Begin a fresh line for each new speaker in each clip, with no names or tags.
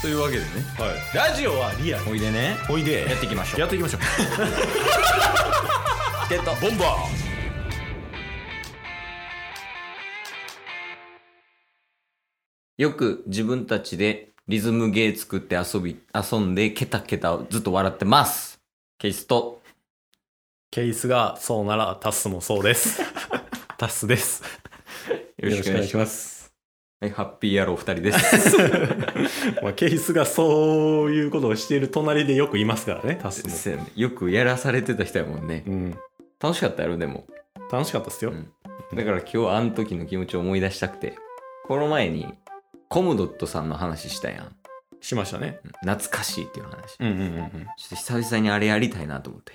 というわけでね
はい、ラジオはリアル
おいでね
おいで
やっていきましょう
やっていきましょう
ゲット
ボンバ
よく自分たちでリズムゲー作って遊び遊んでケタケタずっと笑ってますケイスト
ケースがそうならタスもそうです タスです
よろしくお願いします
ます
はいハッピー野郎二人 です
まあケースがそういうことをしている隣でよくいますからねタスも
そうやねよくやらされてた人やもんね
うん
楽しかったやろでも
楽しかったですよ、
うんだから今日あの時の気持ちを思い出したくてこの前にコムドットさんの話したやん
しましたね
うん懐かしいっていう話、
うんうんうんうん
ちょっと久々にあれやりたいなと思って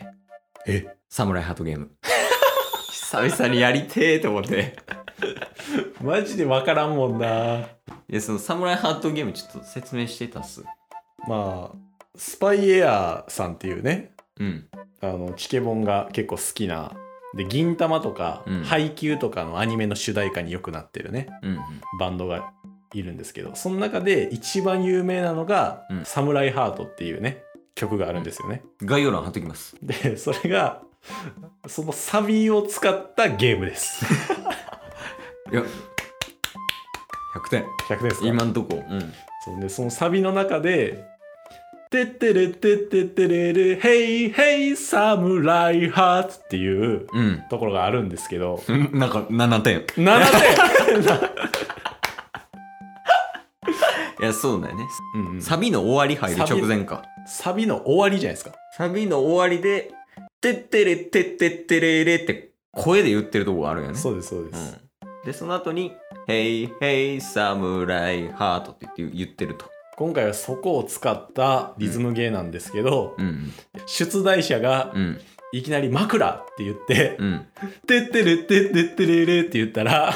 え
サムライハートゲーム 久々にやりてえと思って
マジで分からんもんない
やそのサムライハートゲームちょっと説明してたっす
まあスパイエアーさんっていうね
うん
あのチケボンが結構好きなで銀魂とか、
うん
ハイキューとかのアニメの主題歌によくなってるね
うん
バンドがいるんですけどその中で一番有名なのが
う
「
ん
サムライハート」っていうね曲があるんですよね。
うん概要欄貼っときます
でそれがそのサビを使ったゲーム です。
いや100点
100点ですか
今んとこうん
そうでそのサビの中で「てってれてってってれれヘイヘイサムライハート」っていう
うん
ところがあるんですけど
うん なんか7点
7
いや そうだよね
点、うんうん
サビの終わり入る直前か
サビの終わりじゃないですか。
サビの終わりで「てってれてってってれれ」って声で言ってるとこがあるよね
そうですそうで
う
す。
んでその後に「ヘイヘイサムライハート」って言って言ってると
今回はそこを使ったリズムゲーなんですけど、
うん
出題者が
うん
いきなり枕って言って
うんうん
「てってれてってってれれ」って言ったら、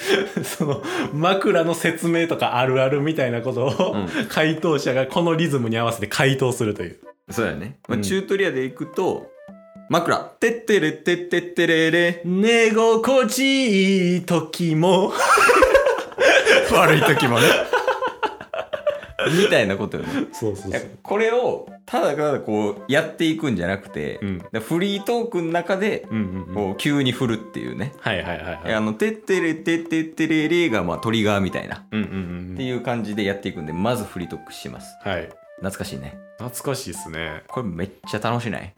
その枕の説明とかあるあるみたいなことを、
うん
回答者がこのリズムに合わせて回答するという。
そうだね、まあ
うん
チュートリアで行くと枕「てってれてってってれれ
寝心地いい時も悪い時もね。」
みたいなことよね
そうそう
い
そ
や
う。
これをただただこうやっていくんじゃなくて、
うん
だからフリートークの中で
うんうんうん、
こう急に振るっていうね、
はいはいはいはい。
あの「てってれてってってれれ」がまあトリガーみたいな、
うんうん
っ
う
て
ん、
いう感じでやっていくんでまずフリートークします
はい。
懐かしいね
懐かしいですね。
これめっちゃ楽しない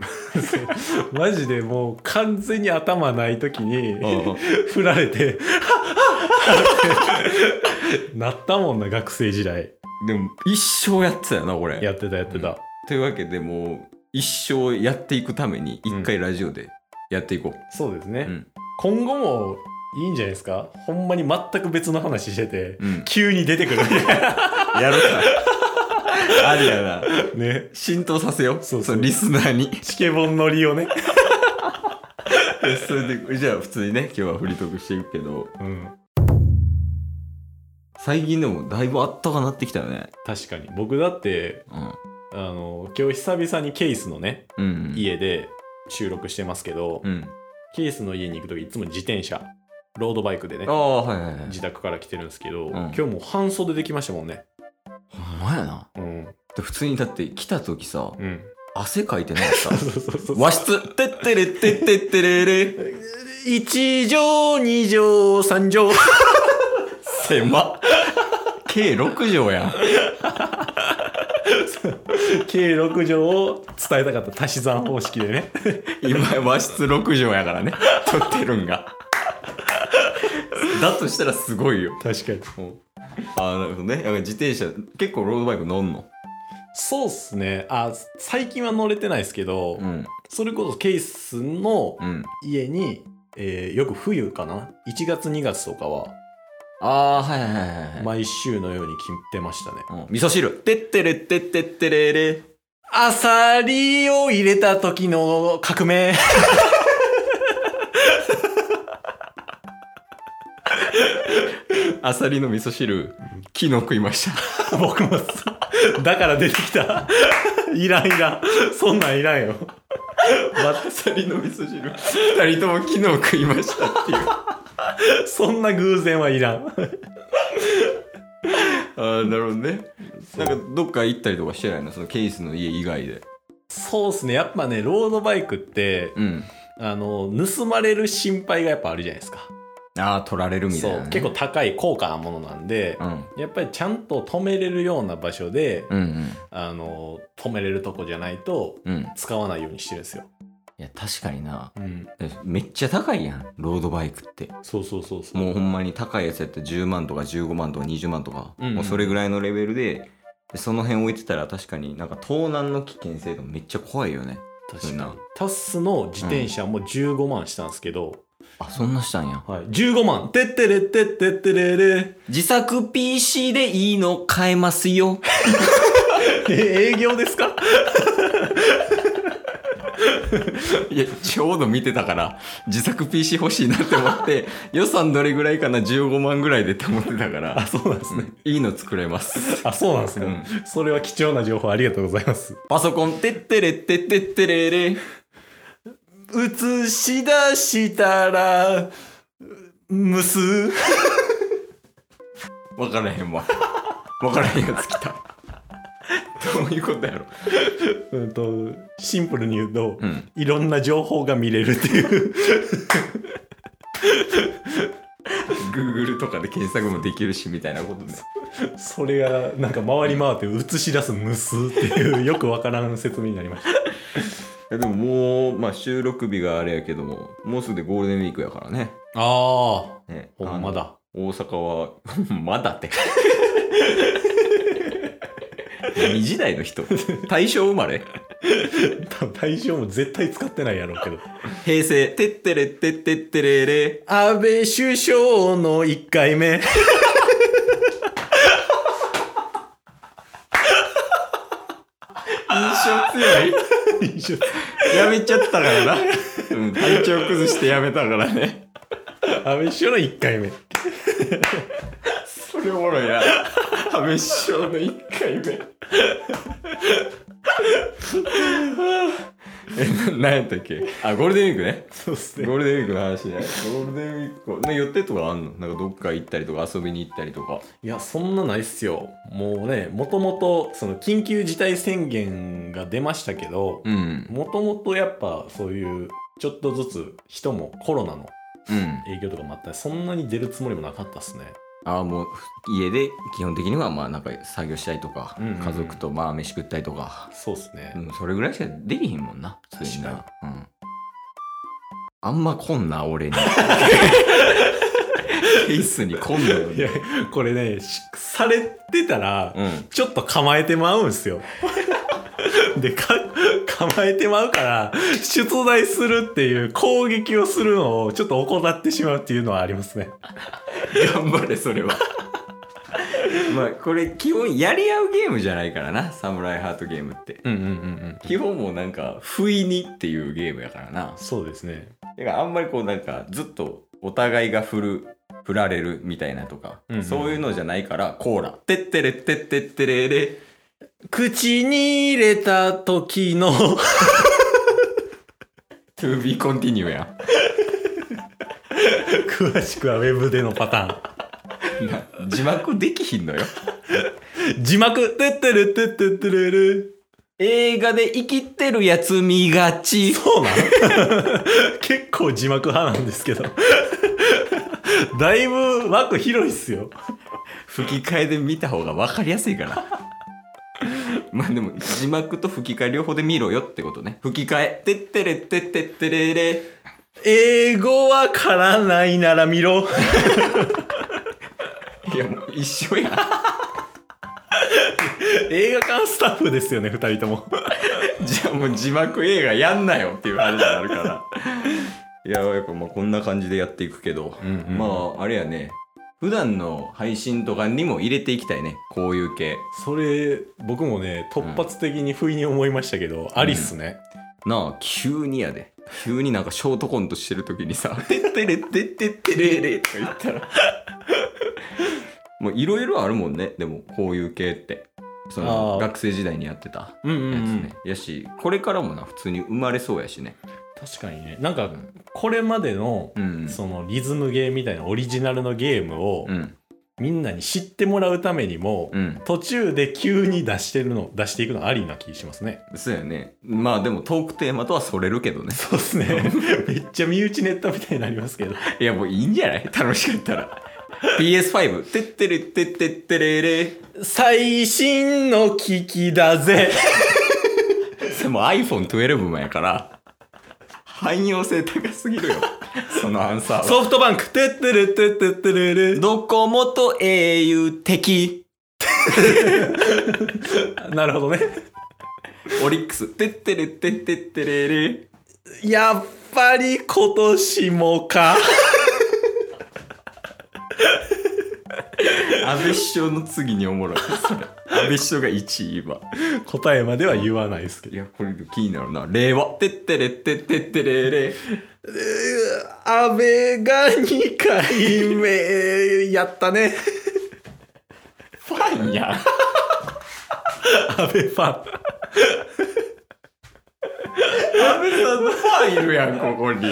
マジでもう完全に頭ない時に
うんうん
振られて、 なったもんな、学生時代。
でも一生やってたよなこれ
やってたやってた。
というわけでもう一生やっていくために一回ラジオでやっていこう、
そうですね、
うん
今後もいいんじゃないですかほんまに全く別の話してて、
うん
急に出てくるみたい な
やろうか ありやな
ね。
浸透させよう
そうそう
のリスナーに
チケボン乗りをね。
それでじゃあ普通にね今日はフリートークしていくけど
うん。
最近でもだいぶあったかなってきたよね
確かに。僕だって、
うん
あの、今日久々にケイスのね、
うんうん
家で収録してますけど、
うん
ケイスの家に行くときいつも自転車、ロードバイクでね
あ、あはいはいはい
自宅から来てるんですけど、
ん
今日もう半袖できましたもんね。
ほんまやな
うん。
で普通にだって来た時さ
うん。
汗かいてなか った
そうそうそう
和 室てってれてってってれれ
1畳、2畳、3畳。
狭計6畳やん
計6畳を伝えたかった足し算方式でね
今和室6畳やからね 撮ってるんがだとしたらすごいよ
確かに
ああなるほどねだから自転車結構ロードバイク乗んの
そうっすねあ最近は乗れてないですけど、
うん
それこそケイスの
うん
家に、えーよく冬かな1月2月とかは
ああはいはいはいはい、
毎週のように来てましたね、
うん味噌汁てってれてってってれれ
アサリを入れた時の革命
あさりの味噌汁昨日食いました
僕もさ だから出てきた いらんいらんそんなんいらんよ
あさりの味噌汁2人とも昨日食いましたっていう
そんな偶然はいらん
ああなるほどねなんかどっか行ったりとかしてないのそのケースの家以外で
そうっすねやっぱねロードバイクって
うん
あの盗まれる心配がやっぱあるじゃないですか
ああ取られるみたい
そ
な、
う
ね、
結構高い高価なものなんで、
うん
やっぱりちゃんと止めれるような場所で、
うん
あの止めれるとこじゃないと
うんうんい
使わないようにしてるんですよ、
や確かにな
うん、
めっちゃ高いやんロードバイクって
そうそうそうそう
もうほんまに高いやつやったら10万とか15万とか20万とか、
うんうん
もうそれぐらいのレベルででその辺置いてたら確かになんか盗難の危険性がめっちゃ怖いよね
確か
うん
に
な
タスの自転車も15万したんですけど、
あそんなしたんや
はい、15万てってれってってってれれ
自作 PC でいいの買えますよ
え営業ですか
いやちょうど見てたから自作 PC 欲しいなって思って 予算どれぐらいかな15万ぐらいでって思ってたから
あそうなんですね、
いいの作れます
あそうなんですね、
う
それは貴重な情報ありがとうございます
パソコンてってれってってってれれ
映し出したらむす
分からへんわ分からへんやつ来たどういうことやろ
うんとシンプルに言うと、
うん
いろんな情報が見れるって いう
Google とかで検索もできるしみたいなことね。
それがなんか回り回って映し出すむすっていうよくわからん説明になりました
でももう、まあ、収録日があれやけども、もうすぐでゴールデンウィークやからね。
ああ
ね
ほんま。だ
あの大阪は、 まだって。何時代の人大正生まれ
多分大将も絶対使ってないやろうけど
平成。てってれってってってれれ。
安倍首相の1回 目
印象強い。やめちゃったからな。うん、体調崩してやめたからね。
安倍首相の1回目
それおもろいや。安倍首相の1回目。 え、な何やったっけあ、ゴールデンウィークね。
そうっす
ゴ
ね
ールデンウィークの話ね。ゴールデンウィーク、ね、予定とかあんのなんかどっか行ったりとか遊びに行ったりとか。
いやそんなないっすよもうねもともとその緊急事態宣言が出ましたけど
うん。
もともとやっぱそういうちょっとずつ人もコロナの
うん。
影響とかもあったんでそんなに出るつもりもなかったっすね
ああ、もう家で基本的にはまあなんか作業したりとか、
うんうんうん
家族とまあ飯食ったりとか。
そうっすね
うん、それぐらいしかできひんもんな。普通な
確
うん。あんまこんな俺に。 ケースにこんなの
い
に。
やこれねしされてたら
うん。
ちょっと構えてまうんすよでか構えてまうから出題するっていう攻撃をするのをちょっと怠ってしまうっていうのはありますね
頑張れ、それは。 まあ、これ基本やり合うゲームじゃないからな。サムライハートゲームって。
うんうんうんうん
基本もうなんか不意にっていうゲームやからな
そうですね
だからあんまりこうなんかずっとお互いが振る振られるみたいなとか、
うんうん
そういうのじゃないからコーラ「てってれってってってれれ
口に入れた時の
to be continue」やん
詳しくはウェブでのパタ
な字幕できひんのよ
ーン字幕てってるてってってれる
映画で生きてるやつ見がち
そうなん 結構字幕派なんですけどだいぶ枠広いっすよ
吹き替えで見た方が分かりやすいから まあでも字幕と吹き替え両方で見ろよってことね吹き替え「てってれってってってれれ」
英語わからないなら見ろ
いやもう一緒やん
映画館スタッフですよね2人とも
じゃあもう字幕映画やんなよっていう話になるから。いや、やっぱまあこんな感じでやっていくけど、
うんうん
まああれやね、普段の配信とかにも入れていきたいね、こういう系。
それ僕もね突発的に不意に思いましたけど、ありっすね
なあ、急にやで。急になんかショートコントしてる時にさ、てってれてってってれれとか言ったら。もういろいろあるもんね、でもこういう系って。そ
あ
の
ー
学生時代にやってた
うん
やつね。やし、これからもな、普通に生まれそうやしね。
確かにねなんかこれまでの、
うん。
そのリズムゲーみたいなオリジナルのゲームを、
うん。
みんなに知ってもらうためにも、
うん
途中で急に出してるの出していくのありな気しますね。
そうやねまあでもトークテーマとはそれるけどね
そうです ね。めっちゃ身内ネタみたいになりますけど。
いやもういいんじゃない楽しかったら PS5 てってれてってってれれ
最新の機器だ ぜ。
それもう iPhone12 もやから汎用性高すぎるよ そのアンサーは
ソフトバンク。てってれてってってれれ。
ドコモと au 敵
なるほどね。
オリックスてってれてってってれれ
やっぱり今年もか。
安倍首相の次におもろいそれ安倍首相が1位今
答えまでは言わないですけ
い
ど。
やこれ気になるな令和てってれてってってれれ
安倍が2回目やったね。
ファンやん
安倍ファン。
安倍さんのファンいるやんここに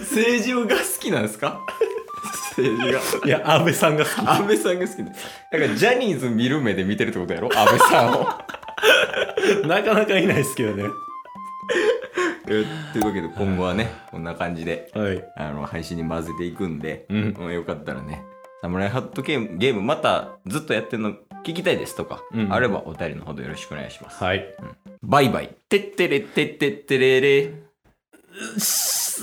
政治が好きなんですか政治が
いや、安倍さんが好き。
安倍さんが好きなんですだからジャニーズ見る目で見てるってことやろ安倍さんを
なかなかいないですけどね。
えというわけで今後はねこんな感じで
はい。
あの配信に混ぜていくんで、
うん
まあよかったらね「サムライハットゲーム」ゲームまたずっとやってるの聞きたいですとか、
うん
あればお便りのほどよろしくお願いします
はい。
バイバイてってれてってってれれ
さ、